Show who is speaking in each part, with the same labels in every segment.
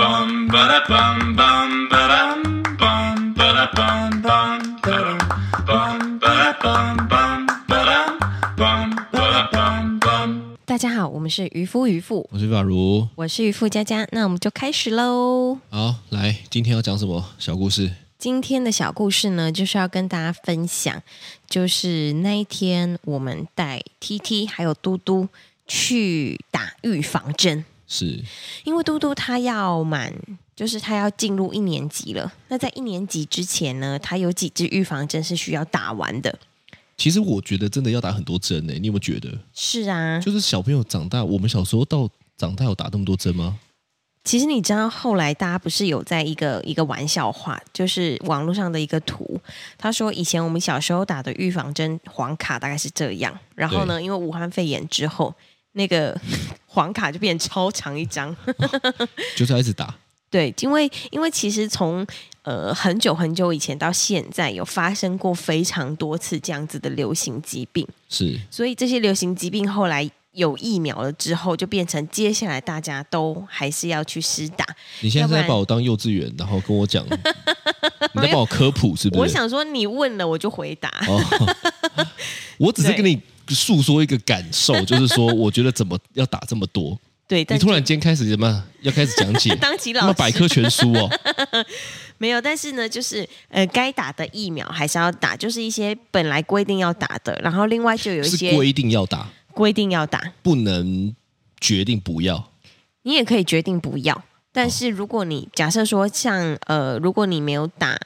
Speaker 1: bum ba da bum bum ba dum bum ba da bum bum ba dum bum ba da bum bum ba dum bum ba da bum bum.
Speaker 2: 大家好，我们是渔夫渔妇，
Speaker 3: 我是法如，
Speaker 2: 我是渔夫佳佳，那我们就开始喽。
Speaker 3: 好，来，今天要讲什么小故事？
Speaker 2: 今天的小故事呢，就是要跟大家分享，就是那一天我们带 T T 还有嘟嘟去打预防针，
Speaker 3: 是
Speaker 2: 因为嘟嘟他要满，就是他要进入一年级了。那在一年级之前呢，他有几支预防针是需要打完的。
Speaker 3: 其实我觉得真的要打很多针欸呢、你有没有觉得？
Speaker 2: 是啊，
Speaker 3: 就是小朋友长大，我们小时候到长大有打那么多针吗？
Speaker 2: 其实你知道，后来大家不是有在一个一个玩笑话，就是网络上的一个图，他说以前我们小时候打的预防针黄卡大概是这样，然后呢，因为武汉肺炎之后，那个 黄卡就变超长一张。
Speaker 3: 就是要一直打，
Speaker 2: 对，因为因为其实从呃很久很久以前到现在，有发生过非常多次这样子的流行疾病，
Speaker 3: 是
Speaker 2: 所以这些流行疾病后来。有疫苗了之后，就变成接下来大家都还是要去施打，
Speaker 3: 你现
Speaker 2: 要
Speaker 3: 在是
Speaker 2: 不
Speaker 3: 在
Speaker 2: 然
Speaker 3: 把我当幼稚园，然后跟 我讲，你在帮我科普是不是？
Speaker 2: 我想说，你问了我就回答。
Speaker 3: 哦， 我只是跟你诉说一个感受，就是说，我觉得怎么要打这么多，
Speaker 2: 对，
Speaker 3: 你
Speaker 2: 但，
Speaker 3: 突然间开始怎么样要开始讲解
Speaker 2: 当起
Speaker 3: 那么
Speaker 2: 老
Speaker 3: 百
Speaker 2: 师
Speaker 3: 科全书哦，
Speaker 2: 没有，但是呢，就是呃，该打的疫苗还是要打，就是一些本来规定要打的，然后另外 就有一
Speaker 3: 是
Speaker 2: 些
Speaker 3: 规定要打，
Speaker 2: 规定要打，
Speaker 3: 不能决定不要。
Speaker 2: 你也可以决定不要。但是如果你假设说像呃，如果你没有打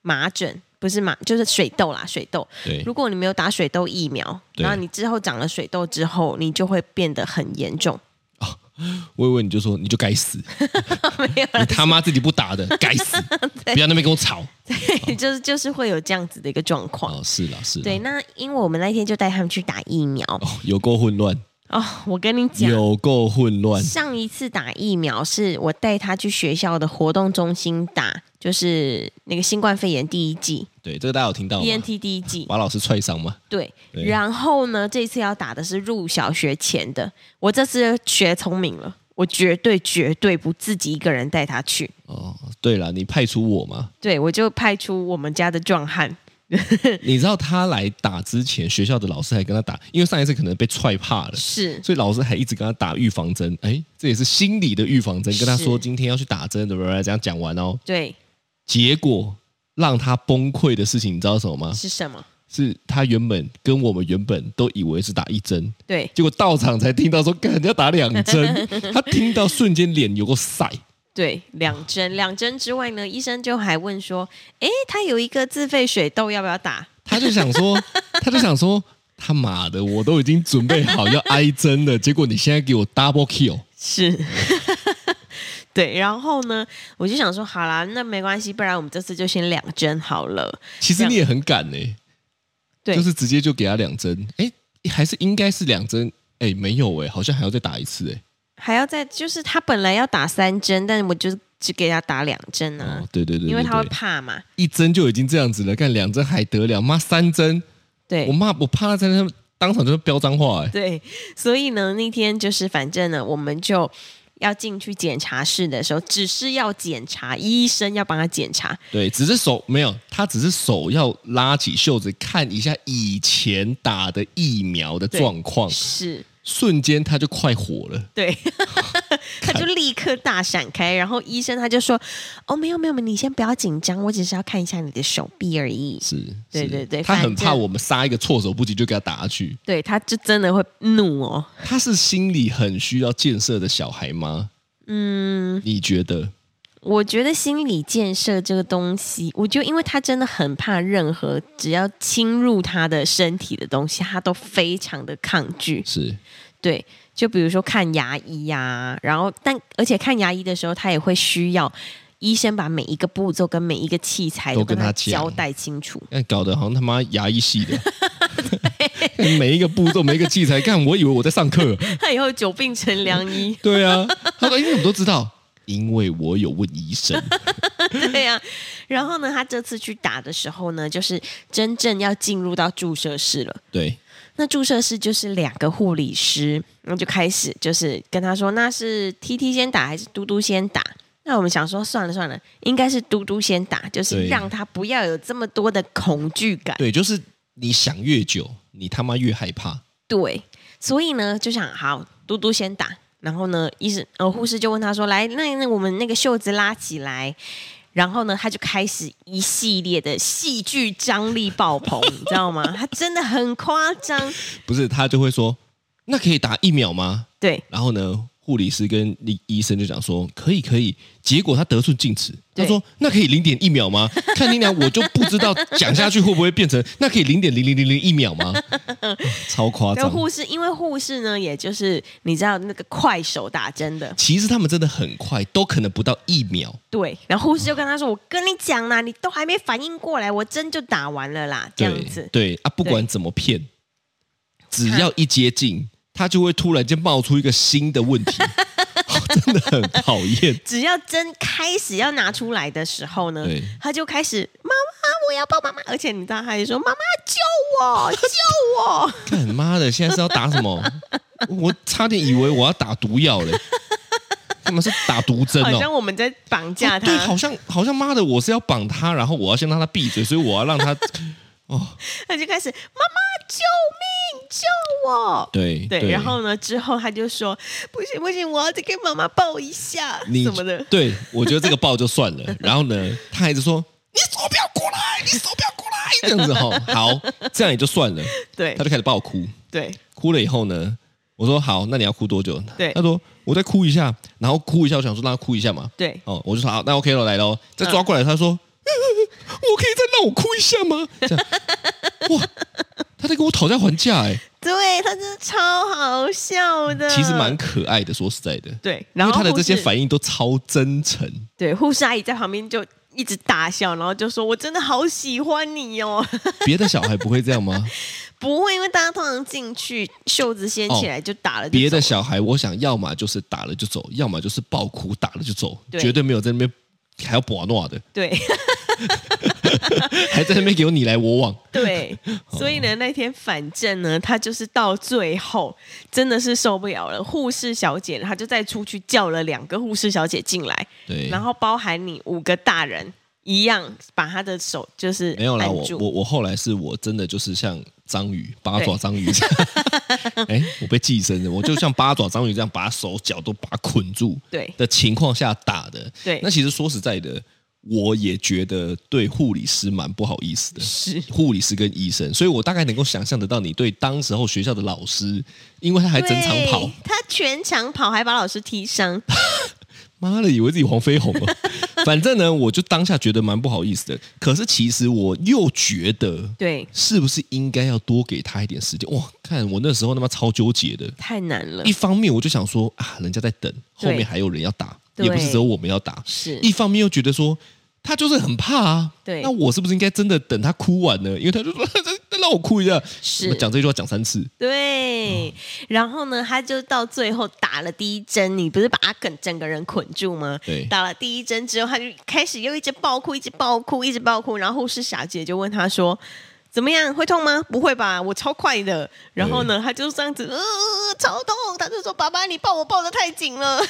Speaker 2: 麻疹，不是麻就是水痘啦，水痘，
Speaker 3: 对，
Speaker 2: 如果你没有打水痘疫苗，
Speaker 3: 对
Speaker 2: 然后你之后长了水痘之后，你就会变得很严重。
Speaker 3: 我以为你就说你就该死，
Speaker 2: 没有啦
Speaker 3: 你他妈自己 不打的，该死！不要那边跟我吵。
Speaker 2: 就是就是会有这样子的一个状况。
Speaker 3: 哦，是啦，是啦，
Speaker 2: 对，那因为我们那天就带他们去打疫苗哦
Speaker 3: 哦，有够混乱，
Speaker 2: 我跟你讲，
Speaker 3: 有够混乱，
Speaker 2: 上一次打疫苗是我带他去学校的活动中心打，就是那个新冠肺炎第一季
Speaker 3: 对，这个大家有听到吗？
Speaker 2: B N T 第一季，
Speaker 3: 把老师踹伤吗？
Speaker 2: 对。
Speaker 3: 哦对
Speaker 2: 然后呢，这次要打的是入小学前的，我这次学聪明了，我绝对绝对不自己一个人带他去，
Speaker 3: 哦，对了，你派出我嘛？
Speaker 2: 对我就派出我们家的壮汉，
Speaker 3: 你知道他来打之前，学校的老师还跟他打，因为上一次可能被踹怕了。
Speaker 2: 是
Speaker 3: 所以老师还一直跟他打预防针，哎，这也是心理的预防针，跟他说
Speaker 2: 是
Speaker 3: 今天要去打针，怎么怎么这样讲完哦。
Speaker 2: 对
Speaker 3: 结果让他崩溃的事情，你知道什么吗？
Speaker 2: 是什么？
Speaker 3: 是他原本跟我们原本都以为是打一针，
Speaker 2: 对
Speaker 3: 结果到场才听到说，干人家打两 针，他听到瞬间脸有个晒，
Speaker 2: 对，
Speaker 3: 啊
Speaker 2: 两针两针之外呢，医生就还问说，诶，他有一个自费水痘，要不要打？
Speaker 3: 他就想说， 他就想说，他妈的，我都已经准备好要挨 针了，结果你现在给我 double kill，
Speaker 2: 是， 对。然后呢，我就想说，好啦，那没关系，不然我们这次就先两针好了。
Speaker 3: 其实你也很敢呢、
Speaker 2: 对，
Speaker 3: 就是直接就给他两针，哎，还是应该是两针，哎，没有哎、好像还要再打一次哎、
Speaker 2: 还要再，就是他本来要打三针，但我就只给他打两针啊，
Speaker 3: 哦，对对对对
Speaker 2: 因为他会
Speaker 3: 对
Speaker 2: 怕嘛。
Speaker 3: 一针就已经这样子了，干两针还得了，妈三针，我
Speaker 2: 对
Speaker 3: 妈我怕他在那当场就是飙脏话哎、
Speaker 2: 对，所以呢，那天就是反正呢，我们就。要进去检查室的时候，只是要检查，医生要帮他检查。
Speaker 3: 对，只是手没有，他只是手要拉起袖子看一下以前打的疫苗的状况，
Speaker 2: 是，
Speaker 3: 瞬间他就快火了。
Speaker 2: 对， 他就立刻大闪开，然后医生他就说：“哦，没有没有，没有你先不要紧张，我只是要看一下你的手臂而已。
Speaker 3: 是，
Speaker 2: 对
Speaker 3: 是
Speaker 2: 对对
Speaker 3: 他很
Speaker 2: 反正
Speaker 3: 怕我们杀一个措手不及就给他打下去。
Speaker 2: 对，他就真的会怒哦。
Speaker 3: 他是心理很需要建设的小孩吗？嗯，你觉得？
Speaker 2: 我觉得心理建设这个东西，我就因为他真的很怕任何只要侵入他的身体的东西，他都非常的抗拒。
Speaker 3: 是
Speaker 2: 对，就比如说看牙医呀、然后但而且看牙医的时候，他也会需要医生把每一个步骤跟每一个器材
Speaker 3: 都
Speaker 2: 跟
Speaker 3: 跟
Speaker 2: 他
Speaker 3: 他讲
Speaker 2: 交代清楚。
Speaker 3: 那哎搞得好像他妈牙医系 的， 每一个步骤，每一个器材，干，我以为我在上课。，
Speaker 2: 他以后久病成良医
Speaker 3: 对啊，他说，因为我们都知道，因为我有问医生。
Speaker 2: 对呀、然后呢，他这次去打的时候呢，就是真正要进入到注射室了。
Speaker 3: 对，
Speaker 2: 那注射室就是两个护理师，然后就开始就是跟他说，那是 T T 先打还是嘟嘟先打？那我们想说，算了算了，应该是嘟嘟先打，就是
Speaker 3: 对
Speaker 2: 让他不要有这么多的恐惧感。
Speaker 3: 对，就是你想越久，你他妈越害怕。
Speaker 2: 对，所以呢，就想好，嘟嘟先打。然后呢，医生呃护士就问他说：“来，那那我们那个袖子拉起来。”然后呢，他就开始一系列的戏剧张力爆棚，你知道吗？ 他真的很夸张。
Speaker 3: 不是他就会说，那可以打疫苗吗？
Speaker 2: 对
Speaker 3: 然后呢，护理师跟医医生就讲说，可以可以。结果他得寸进尺，他
Speaker 2: 对
Speaker 3: 说那可以零点一秒吗？ 看你俩，我就不知道讲下去会不会变成那可以零点零零零零一 秒吗？超夸
Speaker 2: 然后
Speaker 3: 张。
Speaker 2: 护士，因为护士呢，也就是你知道那个快手打针的，
Speaker 3: 其实他们真的很快，都可能不到一秒。
Speaker 2: 对。然后护士就跟他说：“我跟你讲啦，你都还没反应过来，我针就打完了啦，这样
Speaker 3: 对
Speaker 2: 子。
Speaker 3: 对啊，不管怎么骗，只要一接近，他就会突然间冒出一个新的问 题，哦真的很讨厌。
Speaker 2: 只要针开始要拿出来的时候呢
Speaker 3: 对，
Speaker 2: 他就开始妈妈，我要抱妈妈，而且你知道，他就说妈妈救 我，救我，
Speaker 3: 干妈的，现在是要打什 么？我差点以为我要打毒药嘞，他们是打毒针
Speaker 2: 好像
Speaker 3: 哦。
Speaker 2: 我们在绑架
Speaker 3: 对，哦好
Speaker 2: 他，
Speaker 3: 像好像妈的，我是要绑他，然后我要先让他闭嘴，所以我要 让他哦，
Speaker 2: 他就开始妈妈救命，救我。
Speaker 3: 对
Speaker 2: 对，然后呢？之后他就说：“不行不行，我要再跟妈妈抱一下，
Speaker 3: 你
Speaker 2: 什么的。
Speaker 3: 对我觉得这个抱就算 了。然后呢，他还是说你手不要过来，你手不要过来，这样子哈、好，这样也就算了。”
Speaker 2: 对
Speaker 3: 他就开始爆哭，
Speaker 2: 对
Speaker 3: 哭了以后呢，我说好，那你要哭多久？
Speaker 2: 对
Speaker 3: 他说我再哭一下，然后哭一下，我想说让他哭一下嘛。
Speaker 2: 对嗯
Speaker 3: 哦，我就说好，那 OK 了，来喽，再抓过来，他说。我可以再让我哭一下吗？这 样，哇，他在跟我讨价还价
Speaker 2: 嗯
Speaker 3: 哎、
Speaker 2: 对，他真的超好笑的，
Speaker 3: 其实蛮可爱的，说实在的，
Speaker 2: 对。
Speaker 3: 因
Speaker 2: 然
Speaker 3: 为
Speaker 2: 后
Speaker 3: 他的这些
Speaker 2: 护士
Speaker 3: 反应都超真诚，
Speaker 2: 对，护士阿姨在旁边就一直大笑，然后就说：“我真的好喜欢你哦。
Speaker 3: 别的小孩不会这 样吗？”
Speaker 2: 不会，因为大家通常进去袖子掀起来就打了就走了
Speaker 3: 别的小孩，我想要么就是打了就走，要么就是爆哭打了就走，
Speaker 2: 对
Speaker 3: 绝对没有在那边还要把诺的，
Speaker 2: 对
Speaker 3: 还在那边给我你来我往。
Speaker 2: 对，所
Speaker 3: 哦
Speaker 2: 以呢，那天反正呢，他就是到最后真的是受不了了。护士小姐她就再出去叫了两个护士小姐进来，
Speaker 3: 对，
Speaker 2: 然后包含你五个大人一样把她的手就是
Speaker 3: 没有啦，
Speaker 2: 按
Speaker 3: 我
Speaker 2: 住
Speaker 3: 我我后来是我真的就是像章鱼八爪章鱼这样， 哎，我被寄生了，我就像八爪章鱼这样把手脚都把它捆住
Speaker 2: 对
Speaker 3: 的情况下打的。
Speaker 2: 对
Speaker 3: 那其实说实在的，我也觉得对护理师蛮不好意思的。
Speaker 2: 是
Speaker 3: 护理师跟医生，所以我大概能够想象得到你对当时候学校的老师，因为他还整场跑
Speaker 2: 对，她全场跑还把老师踢伤，
Speaker 3: 妈的，以为自己黄飞鸿了。 反正呢，我就当下觉得蛮不好意思的，可是其实我又觉得，
Speaker 2: 对，
Speaker 3: 是不是应该要多给他一点时间？哇，看我那时候他妈超纠结的。
Speaker 2: 太难了
Speaker 3: 一。方面我就想说啊，人家在等，后
Speaker 2: 嗯对
Speaker 3: 面还有人要打，
Speaker 2: 对
Speaker 3: 也不是只有我们要打。
Speaker 2: 是
Speaker 3: 一方面又觉得说他就是很怕啊，
Speaker 2: 对
Speaker 3: 那我是不是应该真的等他哭完呢？因为他就说 再让我哭一下，
Speaker 2: 是
Speaker 3: 我讲这句话讲三次，嗯
Speaker 2: 对，然后呢，他就到最后打了第一针，你不是把阿梗整个人捆住吗？
Speaker 3: 对
Speaker 2: 打了第一针之后，他就开始又一直爆哭，一直爆哭，一直爆哭。然后护士小姐就问他说：“怎么样？会痛吗？不会吧，我超快的。”然后呢，他就这样子，呃，超痛。他就说：“爸爸，你抱我抱的太紧 了。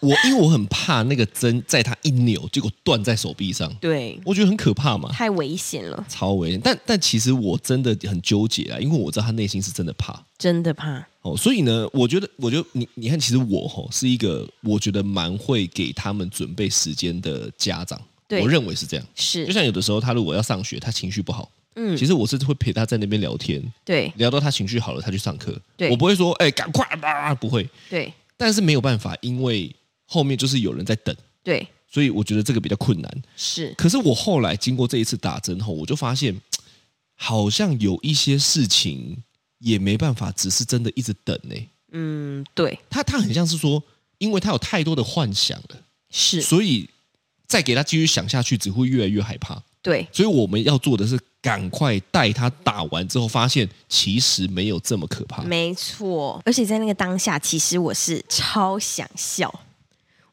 Speaker 3: 我因为我很怕那个针 在他一扭，结果断在手臂上”，
Speaker 2: 对，
Speaker 3: 我觉得很可怕嘛。
Speaker 2: 太危险了，
Speaker 3: 超危险。但但其实我真的很纠结啊，因为我知道他内心是真的怕
Speaker 2: 真的怕。
Speaker 3: 哦，所以呢，我觉得，我觉得你你看，其实我吼、是一个我觉得蛮会给他们准备时间的家长，
Speaker 2: 对
Speaker 3: 我认为是这样。
Speaker 2: 是
Speaker 3: 就，像有的时候他如果要上学，他情绪不好，
Speaker 2: 嗯
Speaker 3: 其实我是会陪他在那边聊天，
Speaker 2: 对
Speaker 3: 聊到他情绪好了，他去上课。
Speaker 2: 对
Speaker 3: 我不会说，哎、赶快吧，不会。
Speaker 2: 对
Speaker 3: 但是没有办法，因为后面就是有人在等，
Speaker 2: 对，
Speaker 3: 所以我觉得这个比较困难。
Speaker 2: 是，
Speaker 3: 可是我后来经过这一次打针后，我就发现，好像有一些事情也没办法，只是真的一直等欸呢、
Speaker 2: 嗯，对
Speaker 3: 他他很像是说，因为他有太多的幻想了，
Speaker 2: 是，
Speaker 3: 所以再给他继续想下去，只会越来越害怕。
Speaker 2: 对
Speaker 3: 所以我们要做的是赶快带他打完之后，发现其实没有这么可怕。
Speaker 2: 没错，而且在那个当下，其实我是超想笑，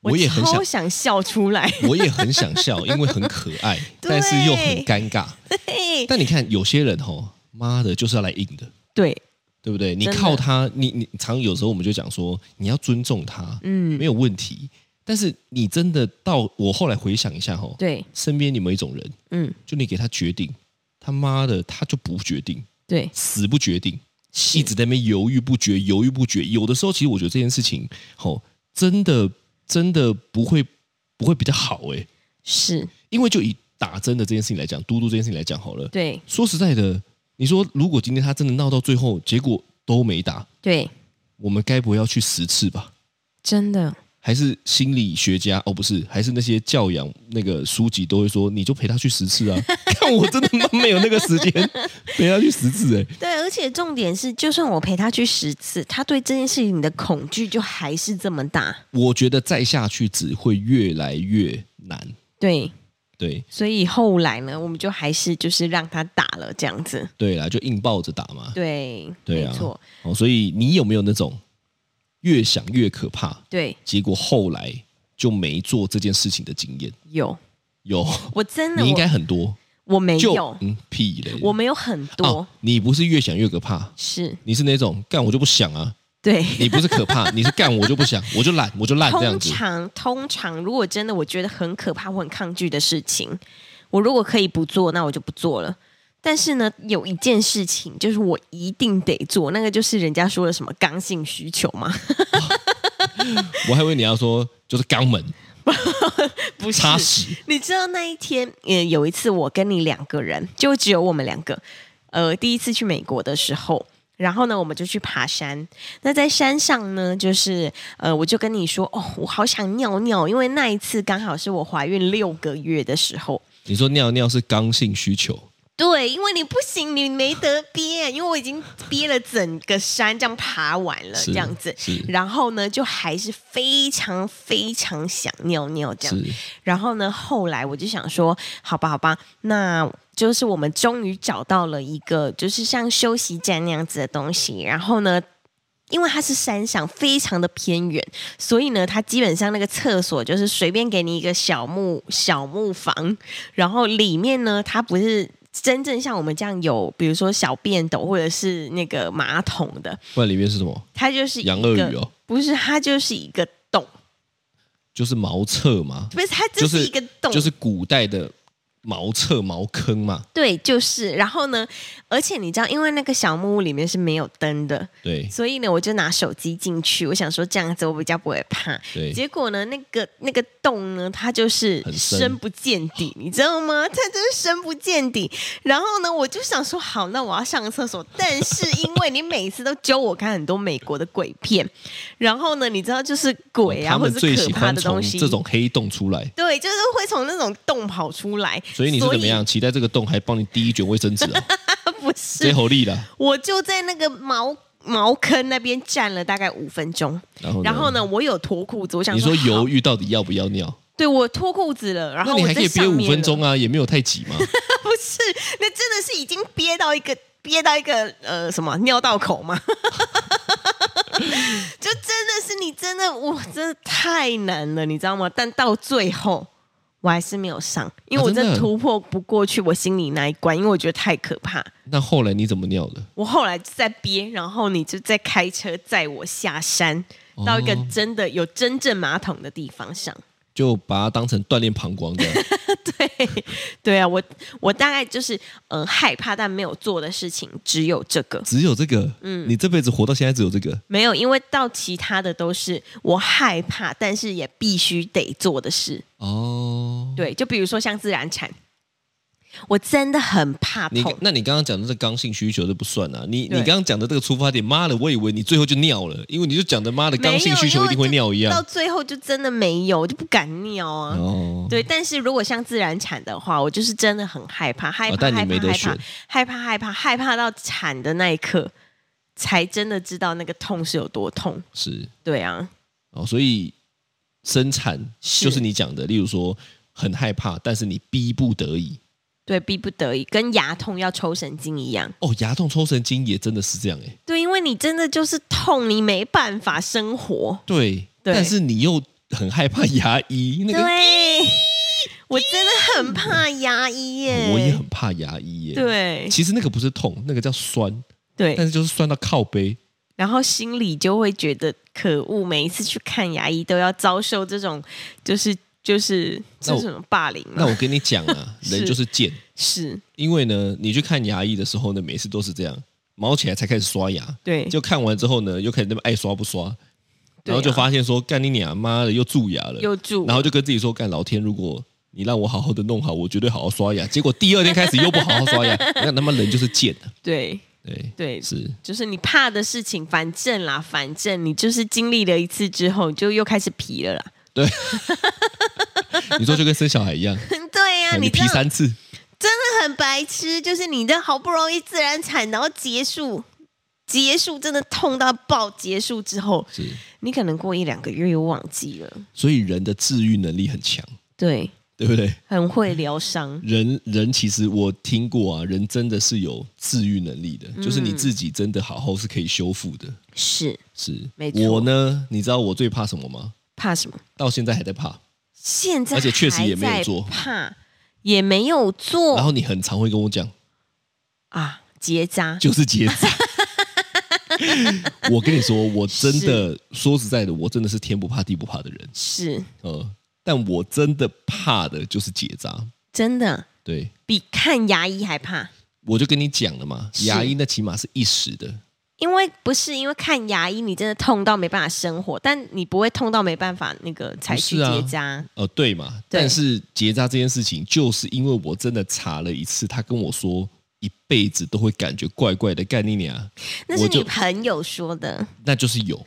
Speaker 3: 我也很想
Speaker 2: 超，想笑出来。
Speaker 3: 我也很想笑，因为很可爱，但是又很尴尬。
Speaker 2: 嘿
Speaker 3: 但你看，有些人吼，妈的，就是要来硬的。
Speaker 2: 对
Speaker 3: 对不对？你
Speaker 2: 真的
Speaker 3: 靠他，你你常有时候我们就讲说，你要尊重他，嗯，没有问题。但是你真的到我后来回想一下哦，
Speaker 2: 对，
Speaker 3: 身边有没有一种人，
Speaker 2: 嗯，
Speaker 3: 就你给他决定，他妈的他就不决定，
Speaker 2: 对，
Speaker 3: 死不决定，一直在那边犹豫不决，犹豫不决。有的时候，其实我觉得这件事情，哦，真的真的不会不会比较好诶，
Speaker 2: 是，
Speaker 3: 因为就以打针的这件事情来讲，嘟嘟这件事情来讲好了，
Speaker 2: 对
Speaker 3: 说实在的，你说如果今天他真的闹到最后，结果都没打，
Speaker 2: 对，
Speaker 3: 我们该不会要去十次吧？
Speaker 2: 真的
Speaker 3: 还是心理学家哦，不是，还是那些教养那个书籍都会说，你就陪他去十次啊。 看我真的妈没有那个时间 陪他去十次哎、
Speaker 2: 对，而且重点是，就算我陪他去十次，他对这件事情的恐惧就还是这么大。
Speaker 3: 我觉得再下去只会越来越难。
Speaker 2: 对，
Speaker 3: 对
Speaker 2: 所以后来呢，我们就还是就是让他打了这样子。
Speaker 3: 对啦，就硬抱着打嘛。
Speaker 2: 对，
Speaker 3: 对啊
Speaker 2: 没错，
Speaker 3: 哦，所以你有没有那种越想越可怕，
Speaker 2: 对，结
Speaker 3: 结果后来就没做这件事情的经验？
Speaker 2: 有，
Speaker 3: 有，
Speaker 2: 我真的
Speaker 3: 你应该
Speaker 2: 我
Speaker 3: 很多。
Speaker 2: 我没
Speaker 3: 就
Speaker 2: 有，
Speaker 3: 嗯屁嘞，
Speaker 2: 我没有很多，
Speaker 3: 哦，你不是越想越可怕，
Speaker 2: 是
Speaker 3: 你是那种干我就不想啊。
Speaker 2: 对。
Speaker 3: 你不是可 怕，你是干我就不想，我就懒，我就烂这样
Speaker 2: 通
Speaker 3: 子。
Speaker 2: 常通常，如果真的我觉得很可怕、我很抗拒的事情，我如果可以不做，那我就不做了。但是呢，有一件事情就是我一定得做，那个就是人家说的什么刚性需求嘛，
Speaker 3: 我还以为你要说就是肛门
Speaker 2: 不是
Speaker 3: 擦屎，
Speaker 2: 你知道那一天，呃，有一次我跟你两个人，就只有我们两个，呃，第一次去美国的时候。然后呢，我们就去爬山。那在山上呢，就是呃，我就跟你说，哦，我好想尿尿，因为那一次刚好是我怀孕六个月的时候。
Speaker 3: 你说尿尿是刚性需求，
Speaker 2: 对，因为你不行，你没得憋，因为我已经憋了整个山这样爬完了，
Speaker 3: 是
Speaker 2: 呃这样子
Speaker 3: 是。
Speaker 2: 然后呢，就还是非常非常想尿尿这样
Speaker 3: 是
Speaker 2: 然后呢，后来我就想说，好吧，好吧，那就是我们终于找到了一个，就是像休息站那样子的东西。然后呢，因为它是山上，非常的偏远，所以呢，它基本上那个厕所就是随便给你一个小木小木房，然后里面呢，它不是。真正像我们这样有，比如说小便斗或者是那个马桶的，
Speaker 3: 不然里面是什么？
Speaker 2: 它就是一
Speaker 3: 养鳄
Speaker 2: 个
Speaker 3: 鱼哦，
Speaker 2: 不是它就是一个洞，
Speaker 3: 就是茅厕嘛，
Speaker 2: 不是它
Speaker 3: 就
Speaker 2: 就是一个洞，
Speaker 3: 就是古代的茅厕茅坑嘛，
Speaker 2: 对，就是。然后呢，而且你知道，因为那个小木屋里面是没有灯的，
Speaker 3: 对
Speaker 2: 所以呢，我就拿手机进去，我想说这样子我比较不会怕。
Speaker 3: 对，
Speaker 2: 结果呢，那个那个洞呢，它就是
Speaker 3: 很深
Speaker 2: 深不见底，你知道吗？它就是深不见底。然后呢，我就想说，好，那我要上个厕所。但是因为你每次都揪我看很多美国的鬼片，然后呢，你知道就是鬼啊，
Speaker 3: 哦他
Speaker 2: 或
Speaker 3: 们
Speaker 2: 者是
Speaker 3: 最
Speaker 2: 可
Speaker 3: 喜
Speaker 2: 怕
Speaker 3: 欢
Speaker 2: 的
Speaker 3: 从
Speaker 2: 东西，
Speaker 3: 这种黑洞出来，
Speaker 2: 对，就是会从那种洞跑出来。
Speaker 3: 所以你是怎么样？期待这个洞还帮你滴一卷卫生纸 啊？
Speaker 2: 所以？不是
Speaker 3: 这，好力了，
Speaker 2: 我就在那个茅茅坑那边站了大概五分钟，
Speaker 3: 然后
Speaker 2: 然后？呢，我有脱裤子，我想
Speaker 3: 你说
Speaker 2: 好
Speaker 3: 犹豫到底要不要尿？
Speaker 2: 对我脱裤子了，然
Speaker 3: 那
Speaker 2: 后
Speaker 3: 你
Speaker 2: 我
Speaker 3: 还可以
Speaker 2: 在上
Speaker 3: 憋五
Speaker 2: 面
Speaker 3: 分
Speaker 2: 了
Speaker 3: 钟，啊，也没有太挤 嘛。
Speaker 2: 不是，那真的是已经憋到一个憋到一个呃什么尿道口嘛， 就真的是你真的我真的太难了，你知道吗？但到最后。我还是没有上，因为
Speaker 3: 啊
Speaker 2: 我
Speaker 3: 真的
Speaker 2: 真突破不过去我心里那一关，因为我觉得太可怕。
Speaker 3: 那后来你怎么尿的？
Speaker 2: 我后来就在憋，然后你就在开车载我下山，
Speaker 3: 哦
Speaker 2: 到一个真的有真正马桶的地方上。
Speaker 3: 就把它当成锻炼膀胱这样。
Speaker 2: 对，对啊，我我大概就是嗯、呃害怕但没有做的事情只有这个，
Speaker 3: 只有这个，嗯，你这辈子活到现在只有这个，
Speaker 2: 没有，因为到其他的都是我害怕，但是也必须得做的事。
Speaker 3: 哦。
Speaker 2: 对，就比如说像自然产，我真的很怕
Speaker 3: 你
Speaker 2: 痛。
Speaker 3: 那你刚刚讲的这刚性需求就不算啊，你你
Speaker 2: 对
Speaker 3: 刚刚讲的这个出发点，妈的，我以为你最后就尿了，因为你就讲的妈的
Speaker 2: 没有
Speaker 3: 刚性需求一定会尿一
Speaker 2: 因为就
Speaker 3: 样
Speaker 2: 到。最后就真的没有，我就不敢尿啊。
Speaker 3: 哦，
Speaker 2: 对，但是如果像自然产的话，我就是真的很害怕，害怕，
Speaker 3: 哦但你
Speaker 2: 害
Speaker 3: 没
Speaker 2: 怕，
Speaker 3: 得
Speaker 2: 害怕
Speaker 3: 选，
Speaker 2: 害怕，害怕，害怕到产的那一刻，才真的知道那个痛是有多痛。
Speaker 3: 是
Speaker 2: 对啊，
Speaker 3: 哦，所以生产
Speaker 2: 是
Speaker 3: 就是你讲的，例如说很害怕，但是你逼不得已。
Speaker 2: 对，逼不得已，跟牙痛要抽神经一样。
Speaker 3: 哦，牙痛抽神经也真的是这样哎、
Speaker 2: 对，因为你真的就是痛，你没办法生活。
Speaker 3: 对，
Speaker 2: 对
Speaker 3: 但是你又很害怕牙医，那个、
Speaker 2: 对，我真的很怕牙医耶。
Speaker 3: 我也很怕牙医耶、，
Speaker 2: 对
Speaker 3: 其实那个不是痛，那个叫酸，
Speaker 2: 对
Speaker 3: 但是就是酸到靠背。
Speaker 2: 然后心里就会觉得可恶，每一次去看牙医都要遭受这种，就是就是
Speaker 3: 那
Speaker 2: 这
Speaker 3: 我
Speaker 2: 是什么霸凌
Speaker 3: 那
Speaker 2: 嘛？
Speaker 3: 我跟你讲啊，
Speaker 2: 是
Speaker 3: 人就是贱，
Speaker 2: 是
Speaker 3: 因为呢，你去看牙医的时候呢，每次都是这样，毛起来才开始刷牙，
Speaker 2: 对，
Speaker 3: 就看完之后呢，又开始那么爱刷不刷，
Speaker 2: 对啊
Speaker 3: 然后就发现说，干你娘妈的，又蛀牙了，
Speaker 2: 又住，
Speaker 3: 然后就跟自己说，干老天，如果你让我好好的弄好，我绝对好好刷牙。结果第二天开始又不好好刷牙，那他妈人就是贱啊！
Speaker 2: 对
Speaker 3: 对，
Speaker 2: 对，
Speaker 3: 是
Speaker 2: 就是你怕的事情，反正啦，反正你就是经历了一次之后，你就又开始皮了啦。
Speaker 3: 你说就跟生小孩 一样，
Speaker 2: 对呀、
Speaker 3: 你
Speaker 2: 你这
Speaker 3: 劈
Speaker 2: 样
Speaker 3: 三次，
Speaker 2: 真的很白痴，就是你这好不容易自然产，然后结束，结束真的痛到爆，结束之后，
Speaker 3: 是，
Speaker 2: 你可能过一两个月又忘记了，
Speaker 3: 所以人的治愈能力很强，
Speaker 2: 对，
Speaker 3: 对不对？
Speaker 2: 很会疗伤，
Speaker 3: 人人其实我听过啊，人真的是有治愈能力的，
Speaker 2: 嗯
Speaker 3: 就是你自己真的好好是可以修复的。
Speaker 2: 是
Speaker 3: 是，
Speaker 2: 没错
Speaker 3: 我呢，你知道我最怕什么吗？
Speaker 2: 怕什么？
Speaker 3: 到现在还在怕。
Speaker 2: 现在
Speaker 3: 而且确实也没有
Speaker 2: 还在
Speaker 3: 做
Speaker 2: 怕也没有
Speaker 3: 然
Speaker 2: 做
Speaker 3: 后你很常会跟我讲，
Speaker 2: 啊，结扎
Speaker 3: 就是结 扎。我跟你说，我真的说实在的，我真的是天不怕地不怕的人，
Speaker 2: 是
Speaker 3: 呃，但我真的怕的就是结扎。
Speaker 2: 真的
Speaker 3: 对，
Speaker 2: 比看牙医还怕。
Speaker 3: 我就跟你讲了嘛，
Speaker 2: 是
Speaker 3: 牙医那起码是一时的，
Speaker 2: 因为不是因为看牙医，你真的痛到没办法生活，但你不会痛到没办法那个才去
Speaker 3: 不是啊
Speaker 2: 结扎。
Speaker 3: 呃，对嘛。
Speaker 2: 对
Speaker 3: 但是结扎这件事情，就是因为我真的查了一次，他跟我说一辈子都会感觉怪怪的概念啊，
Speaker 2: 那是
Speaker 3: 我就哦
Speaker 2: 你朋友说的，
Speaker 3: 那就是 有，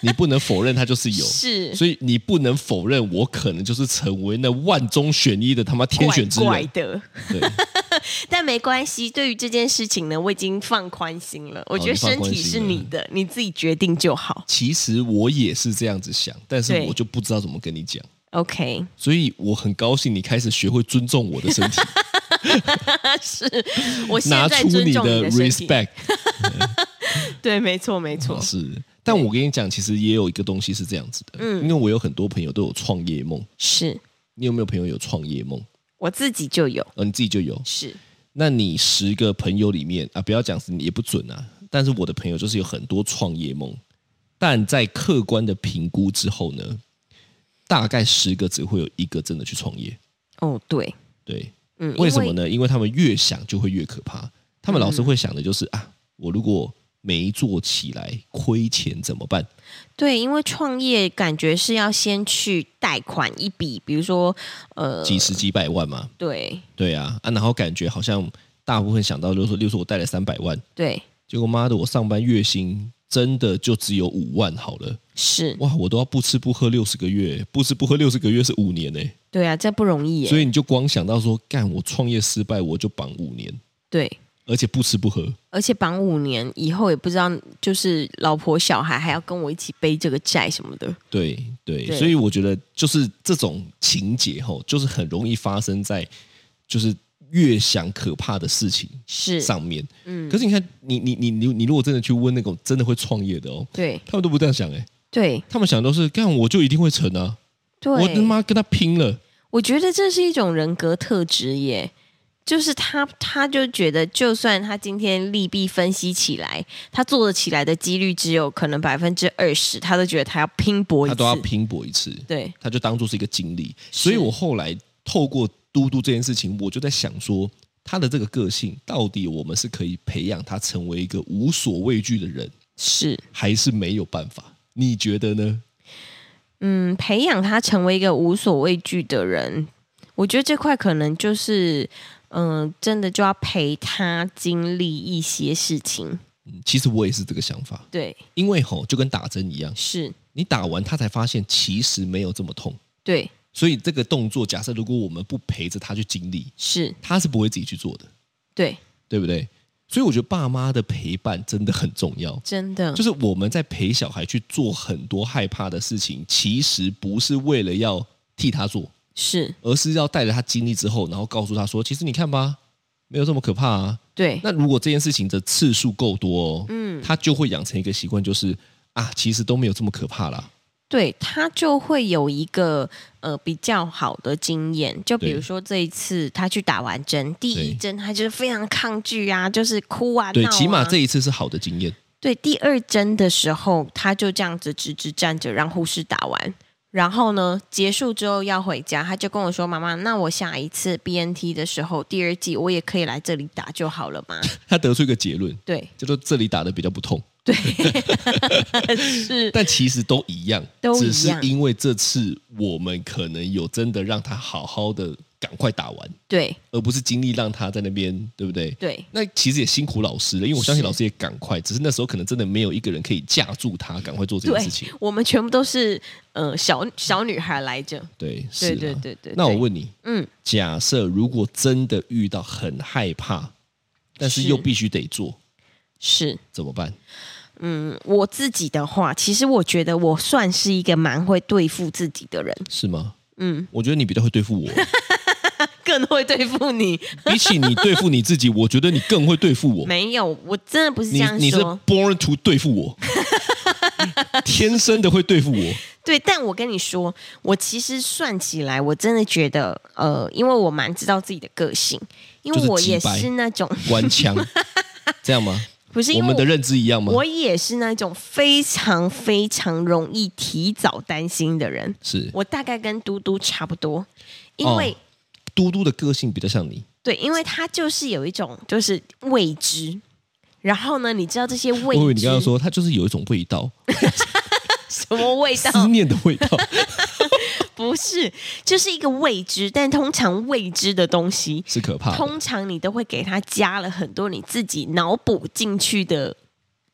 Speaker 3: 你不能否认它就是有。
Speaker 2: 是
Speaker 3: 所以你不能否认，我可能就是成为那万中选一的他妈天选之人。
Speaker 2: 怪怪的，
Speaker 3: 对，
Speaker 2: 但没关系。对于这件事情呢，我已经放宽心了。我觉得
Speaker 3: 哦你放
Speaker 2: 身
Speaker 3: 宽
Speaker 2: 体
Speaker 3: 心
Speaker 2: 是
Speaker 3: 了
Speaker 2: 你的，你自己决定就好。
Speaker 3: 其实我也是这样子想，但是
Speaker 2: 对
Speaker 3: 我就不知道怎么跟你讲，
Speaker 2: OK，
Speaker 3: 所以我很高兴你开始学会尊重我的 身体，
Speaker 2: 是我现
Speaker 3: 拿
Speaker 2: 在
Speaker 3: 出
Speaker 2: 尊重你
Speaker 3: 的
Speaker 2: 的身体。
Speaker 3: respect 嗯
Speaker 2: 对，没错，没错，
Speaker 3: 是。但我跟你讲，其实也有一个东西是这样子的，嗯，因为我有很多朋友都有创业梦，
Speaker 2: 是
Speaker 3: 你有没有朋友有创业梦？
Speaker 2: 我自己就有，
Speaker 3: 呃，你自己就有。
Speaker 2: 是
Speaker 3: 那你十个朋友里面啊，不要讲是你也不准啊，但是我的朋友就是有很多创业梦，但在客观的评估之后呢，大概十个只会有一个真的去创业。
Speaker 2: 哦，对，
Speaker 3: 对，
Speaker 2: 嗯，
Speaker 3: 为什么
Speaker 2: 因？
Speaker 3: 呢？因为他们越想就会越可怕，他们老是会想的就是、啊，我如果没做起来亏钱怎么办？
Speaker 2: 对，因为创业感觉是要先去贷款一笔，比如说呃，
Speaker 3: 几十几百万嘛，
Speaker 2: 对
Speaker 3: 对啊，啊，然后感觉好像大部分想到就是说，例如说我带了三百万，
Speaker 2: 对
Speaker 3: 结果妈的，我上班月薪真的就只有五万好了。
Speaker 2: 是，
Speaker 3: 哇，我都要不吃不喝六十个月，不吃不喝六十个月是五年呢、欸
Speaker 2: 对啊，这不容易
Speaker 3: 所
Speaker 2: 耶，
Speaker 3: 以你就光想到说，干我创业失败，我就绑五年，
Speaker 2: 对。
Speaker 3: 而且不吃不喝，
Speaker 2: 而且绑五年以后也不知道，就是老婆小孩还要跟我一起背这个债什么的。
Speaker 3: 对对，
Speaker 2: 对
Speaker 3: 所以我觉得就是这种情节吼，就是很容易发生在就是越想可怕的事情
Speaker 2: 是，
Speaker 3: 上面。嗯，可是你看，你你你你你如果真的去问那种真的会创业的哦，
Speaker 2: 对
Speaker 3: 他们都不这样想哎、
Speaker 2: 对
Speaker 3: 他们想都是干我就一定会成啊，
Speaker 2: 对，
Speaker 3: 我他妈跟他拼了。
Speaker 2: 我觉得这是一种人格特质耶，就是他他就觉得，就算他今天利弊分析起来，他做得起来的几率只有可能百分之二十，他都觉得他要拼搏一
Speaker 3: 他
Speaker 2: 次，
Speaker 3: 都要拼搏一次，
Speaker 2: 对
Speaker 3: 他就当做是一个经历。所以我后来透过嘟嘟这件事情，我就在想说，他的这个个性到底我们是可以培养他成为一个无所畏惧的人，
Speaker 2: 是。
Speaker 3: 还是没有办法？你觉得呢？
Speaker 2: 嗯，培养他成为一个无所畏惧的人，我觉得这块可能就是，嗯、真的就要陪他经历一些事情。
Speaker 3: 嗯其实我也是这个想法，
Speaker 2: 对，
Speaker 3: 因为吼就跟打针一样，
Speaker 2: 是，
Speaker 3: 你打完他才发现其实没有这么痛。
Speaker 2: 对，
Speaker 3: 所以这个动作，假设如果我们不陪着他去经历，
Speaker 2: 是，
Speaker 3: 他是不会自己去做的，
Speaker 2: 对，
Speaker 3: 对不对？所以我觉得爸妈的陪伴真的很重要。
Speaker 2: 真的
Speaker 3: 就是我们在陪小孩去做很多害怕的事情，其实不是为了要替他做，
Speaker 2: 是，
Speaker 3: 而是要带着他经历之后，然后告诉他说，其实你看吧，没有这么可怕啊。
Speaker 2: 对，
Speaker 3: 那如果这件事情的次数够多、哦，嗯，他就会养成一个习惯，就是啊，其实都没有这么可怕啦。
Speaker 2: 对他就会有一个呃比较好的经验，就比
Speaker 3: 对
Speaker 2: 如说这一次他去打完针，第一
Speaker 3: 对
Speaker 2: 针他就是非常抗拒啊，就是哭啊，
Speaker 3: 对，
Speaker 2: 闹啊
Speaker 3: 起码这一次是好的经验。
Speaker 2: 对，第二针的时候，他就这样子直直站着让护士打完。然后呢，结束之后要回家，他就跟我说：“妈妈，那我下一次 BNT 的时候，第二季我也可以来这里打就好了嘛
Speaker 3: 他得出一个结论，？”
Speaker 2: 对
Speaker 3: 就说这里打的比较不痛，
Speaker 2: 对， 是
Speaker 3: 但其实都一样，
Speaker 2: 都一样
Speaker 3: 只是因为这次我们可能有真的让他好好的赶快打完，
Speaker 2: 对
Speaker 3: 而不是精力让他在那边，对不对？
Speaker 2: 对
Speaker 3: 那其实也辛苦老师了，因为我相信
Speaker 2: 是
Speaker 3: 老师也赶快，只是那时候可能真的没有一个人可以架住他，赶快做这件
Speaker 2: 对
Speaker 3: 事情。，
Speaker 2: 我们全部都是呃小小女孩来着。
Speaker 3: 对，是
Speaker 2: 对
Speaker 3: 啦
Speaker 2: 对对对。
Speaker 3: 那我
Speaker 2: 对，
Speaker 3: 问你，
Speaker 2: 嗯，
Speaker 3: 假设如果真的遇到很害怕，但是
Speaker 2: 是
Speaker 3: 又必须得做，
Speaker 2: 是
Speaker 3: 怎么办？
Speaker 2: 嗯，我自己的话，其实我觉得我算是一个蛮会对付自己的人，
Speaker 3: 是吗？
Speaker 2: 嗯，
Speaker 3: 我觉得你比较会对付我，
Speaker 2: 更会对付你。
Speaker 3: 比起你对付你自己，我觉得你更会对付我。
Speaker 2: 没有，我真的不是这
Speaker 3: 你
Speaker 2: 样
Speaker 3: 你是
Speaker 2: 说。
Speaker 3: born to 对付我， 天生的会对付我。
Speaker 2: 对，但我跟你说，我其实算起来，我真的觉得，呃，因为我蛮知道自己的个性，因
Speaker 3: 就
Speaker 2: 为
Speaker 3: 是
Speaker 2: 我
Speaker 3: 鸡
Speaker 2: 也
Speaker 3: 掰
Speaker 2: 是那 种，
Speaker 3: 官腔，这样吗？
Speaker 2: 不是
Speaker 3: 我
Speaker 2: 因为
Speaker 3: 们的认知一样吗
Speaker 2: 我？我也是那种非常非常容易提早担心的人。
Speaker 3: 是
Speaker 2: 我大概跟嘟嘟差不多，因
Speaker 3: 哦
Speaker 2: 为、
Speaker 3: 嘟嘟的个性比较像你，
Speaker 2: 对，因为他就是有一种就是未知，然后呢，你知道这些
Speaker 3: 我以为
Speaker 2: 未
Speaker 3: 哦你
Speaker 2: 知哦
Speaker 3: 刚刚说它就是有一种 味道，
Speaker 2: 什么味道？
Speaker 3: 思念的 味道。
Speaker 2: 不是，就是一个未知，但通常未知的东西，
Speaker 3: 是可怕的。
Speaker 2: 通常你都会给他加了很多你自己脑补进去的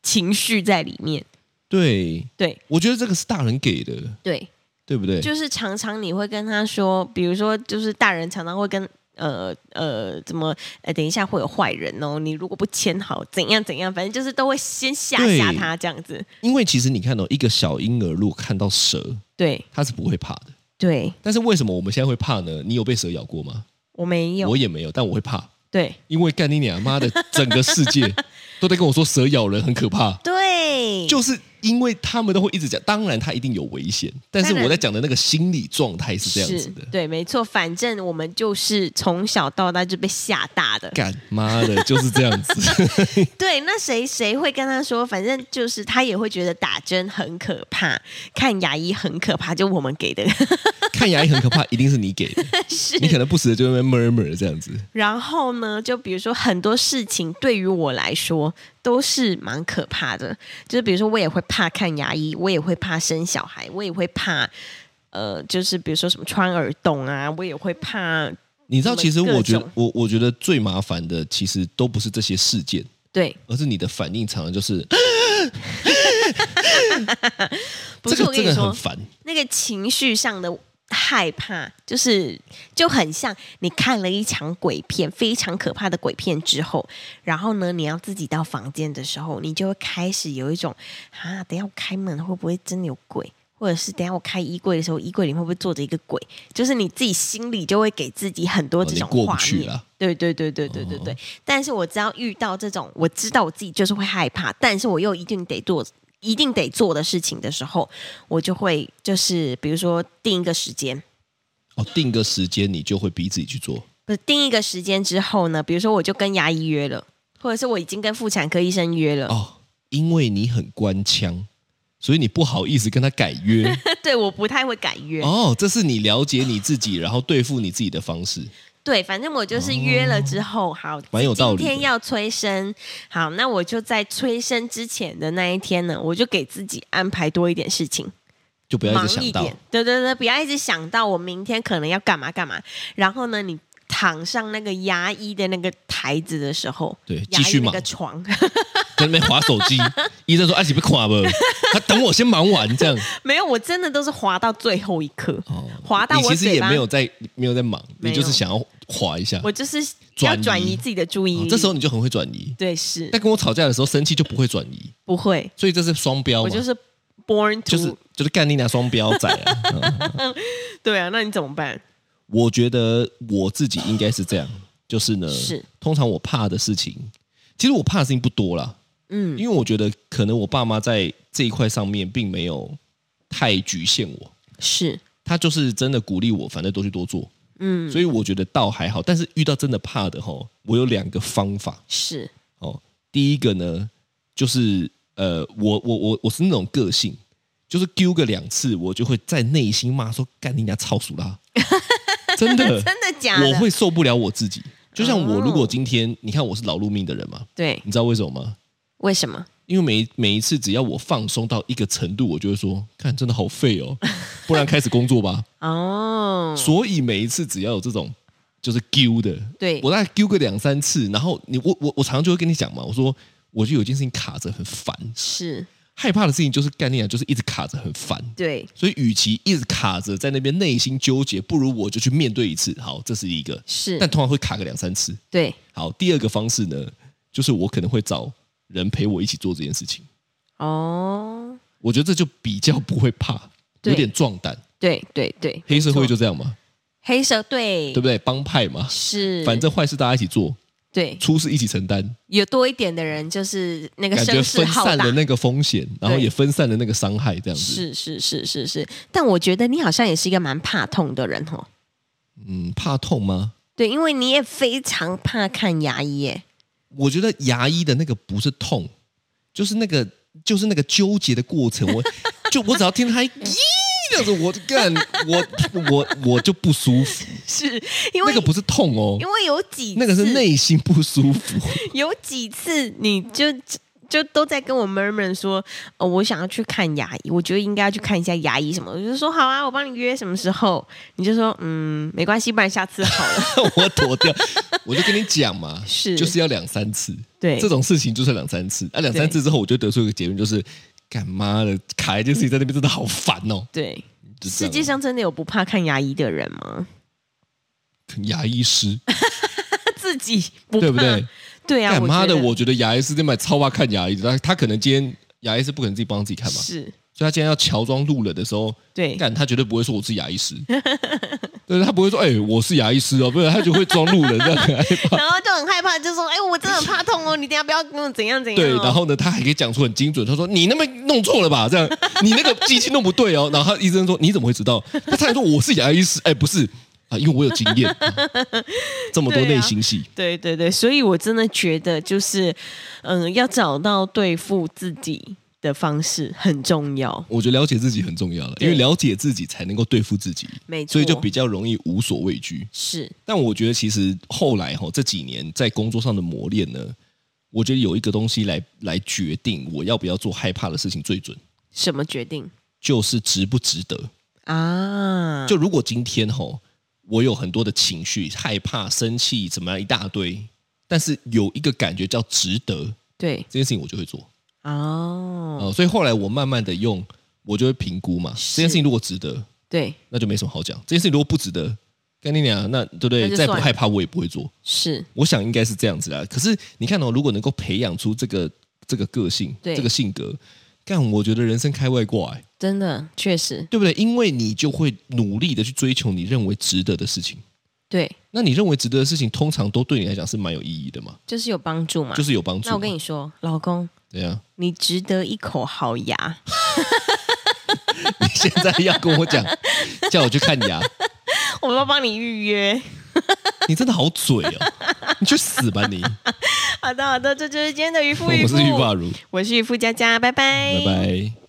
Speaker 2: 情绪在里面。
Speaker 3: 对，
Speaker 2: 对
Speaker 3: 我觉得这个是大人给的，
Speaker 2: 对，
Speaker 3: 对不对？
Speaker 2: 就是常常你会跟他说，比如说，就是大人常常会跟。呃呃，怎么？呃，等一下会有坏人哦！你如果不签好，怎样怎样，反正就是都会先吓
Speaker 3: 对
Speaker 2: 吓他这样子。
Speaker 3: 因为其实你看哦，一个小婴儿如果看到蛇，
Speaker 2: 对
Speaker 3: 他是不会怕的。
Speaker 2: 对，
Speaker 3: 但是为什么我们现在会怕呢？你有被蛇咬过吗？
Speaker 2: 我没有
Speaker 3: 我。也没有，但我会怕，
Speaker 2: 对
Speaker 3: 因为干你娘妈的，整个世 界都在跟我说蛇咬人很可怕，
Speaker 2: 对，
Speaker 3: 就是因为他们都会一直讲，当然它一定有危险，但是
Speaker 2: 当然
Speaker 3: 我在讲的那个心理状态是这样子的。
Speaker 2: 对，没错。反正我们就是从小到大就被吓大的。
Speaker 3: 干妈的，就是这样 子。
Speaker 2: 对，那谁谁会跟他说？反正就是他也会觉得打针很可怕，看牙医很可怕，就我们给的。
Speaker 3: 看牙医很可怕，一定是你给的，你可能不时的就在那边 murmur 这样子。
Speaker 2: 然后呢，就比如说很多事情对于我来说都是蛮可怕的，就是比如说我也会怕看牙医，我也会怕生小孩，我也会怕。呃，就是比如说什么穿耳洞啊，我也会怕。
Speaker 3: 你知道，其实我觉
Speaker 2: 各
Speaker 3: 得
Speaker 2: 种，
Speaker 3: 我我觉得最麻烦的，其实都不是这些事件，
Speaker 2: 对，
Speaker 3: 而是你的反应常常就是
Speaker 2: 不
Speaker 3: 这
Speaker 2: 是我
Speaker 3: 个
Speaker 2: 跟你
Speaker 3: 这个
Speaker 2: 说
Speaker 3: 很，烦。
Speaker 2: 那个情绪上的害怕，就是就很像你看了一场鬼片，非常可怕的鬼片之后，然后呢，你要自己到房间的时候，你就会开始有一种啊，等一下我开门会不会真的有鬼？或者是等一下我开衣柜的时候，衣柜里会不会坐着一个鬼？就是你自己心里就会给自己很多
Speaker 3: 哦
Speaker 2: 这
Speaker 3: 你
Speaker 2: 种
Speaker 3: 过不
Speaker 2: 画
Speaker 3: 去
Speaker 2: 面
Speaker 3: 啦。
Speaker 2: 对对对对对对对。
Speaker 3: 哦
Speaker 2: 但是我只要遇到这种，我知道我自己就是会害怕，但是我又一定得做，一定得做的事情的时候，我就会就是比如说定一个时间，
Speaker 3: 哦，定个时间，你就会逼自己去做。
Speaker 2: 不是定一个时间之后呢，比如说我就跟牙医约了，或者是我已经跟妇产科医生约 了，
Speaker 3: 哦，因为你很官腔，所以你不好意思跟他改约。
Speaker 2: 对，我不太会改约。
Speaker 3: 哦，这是你了解你自己，然后对付你自己的方式。
Speaker 2: 对，反正我就是约了之后，好，
Speaker 3: 哦蛮有道理的
Speaker 2: 今天要催生，好，那我就在催生之前的那一天呢，我就给自己安排多一点事情，
Speaker 3: 就不要一
Speaker 2: 忙
Speaker 3: 直想
Speaker 2: 一
Speaker 3: 到
Speaker 2: 点，对对对，不要一直想到我明天可能要干嘛干嘛。然后呢，你躺上那个牙医的那个台子的时候，
Speaker 3: 对
Speaker 2: 牙
Speaker 3: 继续
Speaker 2: 医那
Speaker 3: 忙
Speaker 2: 个床，
Speaker 3: 在那边划手机。医生说：“哎、啊，你被垮了，他等我先忙完 这样。
Speaker 2: 没有，我真的都是滑到最后一刻，”
Speaker 3: 哦，
Speaker 2: 滑到
Speaker 3: 你
Speaker 2: 我
Speaker 3: 其实
Speaker 2: 嘴
Speaker 3: 也
Speaker 2: 巴，
Speaker 3: 没有在没有在忙，
Speaker 2: 没
Speaker 3: 你
Speaker 2: 有
Speaker 3: 就是想要划一下。
Speaker 2: 我就是要
Speaker 3: 转移
Speaker 2: 转移自己的注意
Speaker 3: 哦
Speaker 2: 力。
Speaker 3: 这时候你就很会转移。
Speaker 2: 对是
Speaker 3: 在跟我吵架的时候，生气就不会转移，
Speaker 2: 不会，
Speaker 3: 所以这是双标嘛？
Speaker 2: 我就是 born to，、
Speaker 3: 哦就是就是干你俩双标仔啊！嗯
Speaker 2: 对啊，那你怎么办？
Speaker 3: 我觉得我自己应该是 这样，就是呢，
Speaker 2: 是
Speaker 3: 通常我怕的事情，其实我怕的事情不多啦，
Speaker 2: 嗯，
Speaker 3: 因为我觉得可能我爸妈在这一块上面并没有太局限我，
Speaker 2: 是
Speaker 3: 他就是真的鼓励我，反正多去多做，
Speaker 2: 嗯
Speaker 3: 所以我觉得倒还好。但是遇到真的怕的吼，我有两个方法
Speaker 2: 是
Speaker 3: 哦。第一个呢，就是呃，我我我我是那种个性，就是丢个两次，我就会在内心骂说：“干你娘操 鼠啦！”真的，
Speaker 2: 真的假的？
Speaker 3: 呃我会受不了我自己。就像我，如果今天你看我是劳碌命的人嘛，
Speaker 2: 对，
Speaker 3: 你知道为什么吗？
Speaker 2: 为什么？
Speaker 3: 因为每一每一次只要我放松到一个程度，我就会说：“看，真的好 废哦，不然开始工作吧。
Speaker 2: 哦”，
Speaker 3: 所以每一次只要有这种就是丢的，
Speaker 2: 对
Speaker 3: 我大概丢个两三次，然后你我我我常常就会跟你讲嘛，我说我就有一件事情卡着很烦，
Speaker 2: 是，
Speaker 3: 害怕的事情就是概念啊，就是一直卡着很烦。
Speaker 2: 对，
Speaker 3: 所以，与其一直卡着在那边内心纠结，不如我就去面对一次。好，这是一个，
Speaker 2: 是
Speaker 3: 但，通常会卡个两三次。
Speaker 2: 对，
Speaker 3: 好，第二个方式呢，就是我可能会找人陪我一起做这件事情。
Speaker 2: 哦，
Speaker 3: 我觉得这就比较不会怕，有
Speaker 2: 对
Speaker 3: 点壮胆。
Speaker 2: 对对对，
Speaker 3: 黑社
Speaker 2: 没
Speaker 3: 会
Speaker 2: 错
Speaker 3: 就这样嘛，
Speaker 2: 黑社对，
Speaker 3: 对不对？帮派嘛，
Speaker 2: 是，
Speaker 3: 反正坏事大家一起做，
Speaker 2: 对，
Speaker 3: 出事一起承担，
Speaker 2: 有多一点的人就是那个
Speaker 3: 感觉
Speaker 2: 声势
Speaker 3: 分
Speaker 2: 浩
Speaker 3: 散
Speaker 2: 大
Speaker 3: 了。那个风险，然后
Speaker 2: 对
Speaker 3: 也分散了那个伤害，这样子。
Speaker 2: 是是是是是，但我觉得你好像也是一个蛮怕痛的人哦。
Speaker 3: 嗯，怕痛吗？
Speaker 2: 对，因为你也非常怕看牙医耶。
Speaker 3: 我觉得牙医的那个不是痛，就是那个就是那个纠结的过程。 我就我只要听他一 咦这样子，我就干我我我就不舒服。
Speaker 2: 是因为
Speaker 3: 那个不是痛哦
Speaker 2: 因，为有几次
Speaker 3: 那个是内心不舒服。
Speaker 2: 有几次你就就都在跟我 murmur 说，哦，我想要去看牙医，我觉得应该要去看一下牙医什么的。我就说好啊，我帮你约什么时候？你就说嗯，没关系，不然下次好了。
Speaker 3: 我躲 掉，我就跟你讲嘛，
Speaker 2: 是
Speaker 3: 就是要两三次，
Speaker 2: 对
Speaker 3: 这种事情就是两三次啊，两三次之后我就得出一个结论，就是干妈的卡一件事情在那边真的好烦哦。
Speaker 2: 对，
Speaker 3: 就这
Speaker 2: 世
Speaker 3: 样
Speaker 2: 界上真的有不怕看牙医的人吗？
Speaker 3: 牙 医师，
Speaker 2: 他自己不怕，
Speaker 3: 对不对？
Speaker 2: 对啊，
Speaker 3: 干妈的，
Speaker 2: 觉得
Speaker 3: 我觉得牙医师那买超怕看牙医的，他他可能今天牙医师不可能自己帮自己看嘛，所
Speaker 2: 是
Speaker 3: 以他今天要乔装路人的时候，
Speaker 2: 对
Speaker 3: 干他绝对不会说我是牙医师，对他不会说哎、我是牙医师哦，不然他就会装路人这样很害 怕。
Speaker 2: 然后就很害怕，就说：“哎、我真的很怕痛 哦，你等一下不要跟我怎样怎样、哦。”
Speaker 3: 对，然后呢，他还可以讲出很精准。他说：“你那边弄错了吧？这样， 你那个机器弄不对哦。”然后他医生说：“你怎么会知道？”他差点说：“我是牙医师。”哎，不是啊，因为我有经验。 啊这么多内心戏，
Speaker 2: 对啊对对，所以我真的觉得就是，嗯，要找到对付自己的方式很重要。
Speaker 3: 我觉得了解自己很重要了，因为
Speaker 2: 对
Speaker 3: 了解自己才能够对付自己，
Speaker 2: 没错
Speaker 3: 所以就比较容易无所畏惧。
Speaker 2: 是
Speaker 3: 但我觉得其实后来哈、这几年在工作上的磨练呢，我觉得有一个东西来来决定我要不要做害怕的事情最准，
Speaker 2: 什么决定
Speaker 3: 就是值不值得。
Speaker 2: 啊？
Speaker 3: 就如果今天吼，我有很多的情绪，害怕、生气，怎么样一大堆，但是有一个感觉叫值得，
Speaker 2: 对
Speaker 3: 这件事情我就会做。
Speaker 2: 哦，
Speaker 3: 呃，所以后来我慢慢的用，我就会评估嘛，这件事情如果值得，
Speaker 2: 对
Speaker 3: 那就没什么好讲；这件事情如果不值得，跟你俩那对不
Speaker 2: 那
Speaker 3: 对？
Speaker 2: 就
Speaker 3: 再
Speaker 2: 算
Speaker 3: 不
Speaker 2: 了
Speaker 3: 害怕我也不会做。
Speaker 2: 是，
Speaker 3: 我想应该是这样子啦。可是你看哦，如果能够培养出这个这个个性，
Speaker 2: 对
Speaker 3: 这个性格，干我觉得人生开外挂、欸，
Speaker 2: 真的确实
Speaker 3: 对不对？因为你就会努力的去追求你认为值得的事情。
Speaker 2: 对，
Speaker 3: 那你认为值得的事情，通常都对你来讲是蛮有意义的嘛，
Speaker 2: 就是有帮助嘛。
Speaker 3: 就是有帮助嘛。啊
Speaker 2: 那我跟你说，老公，
Speaker 3: 怎样？
Speaker 2: 你值得一口好牙。
Speaker 3: 你 现在要跟 我讲，叫我去看牙，
Speaker 2: 我要帮你预约。
Speaker 3: 你真的好嘴哦！你去死吧 你！
Speaker 2: 好的好的，这就是今天的渔夫渔
Speaker 3: 我
Speaker 2: 夫，啊
Speaker 3: 是玉霸如，
Speaker 2: 我是渔夫佳佳，拜拜，
Speaker 3: 拜拜。